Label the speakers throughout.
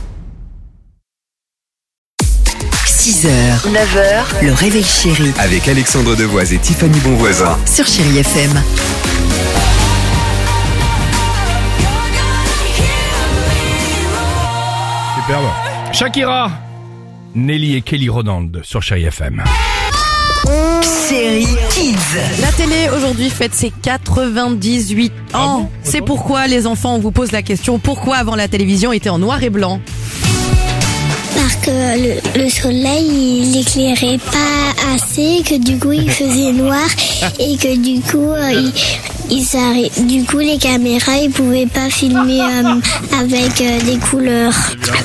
Speaker 1: 6h, 9h, le réveil chéri
Speaker 2: Avec Alexandre Devoise et Tiffany Bonvoisin.
Speaker 1: sur Chéri FM.
Speaker 3: Superbe. Shakira, Nelly et Kelly Rodand sur Chéri FM.
Speaker 1: Chéri Kids.
Speaker 4: La télé aujourd'hui fête ses 98 ans. C'est pourquoi les enfants, on vous pose la question pourquoi avant la télévision était en noir et blanc
Speaker 5: Parce que le, le soleil, il éclairait pas assez, que du coup, il faisait noir et que du coup, euh, il, il s'arrê- du coup, les caméras, ils pouvaient pas filmer euh, avec euh, des couleurs.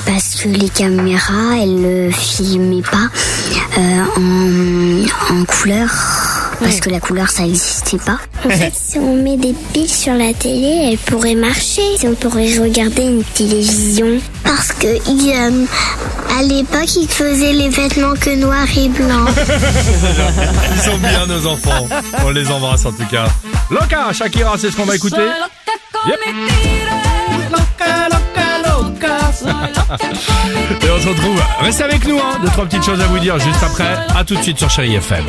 Speaker 5: Parce que les caméras, elles ne filmaient pas euh, en, en couleur. Parce que la couleur, ça n'existait pas. En fait, si on met des piles sur la télé, elle pourrait marcher. Si on pourrait regarder une télévision. Parce que il, euh, à l'époque, ils faisaient les vêtements que noir et blanc.
Speaker 3: Ils sont bien nos enfants. On les embrasse en tout cas. Loca, Shakira, c'est ce qu'on va écouter. Et on se retrouve. Restez avec nous, hein. Deux, trois petites choses à vous dire juste après. À tout de suite sur Chéri FM.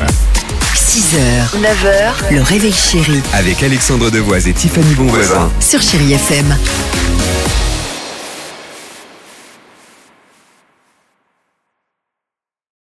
Speaker 1: 6h, 9h, le réveil chéri
Speaker 2: Avec Alexandre Devoise et Tiffany Bonvoisin.
Speaker 1: sur Chéri FM.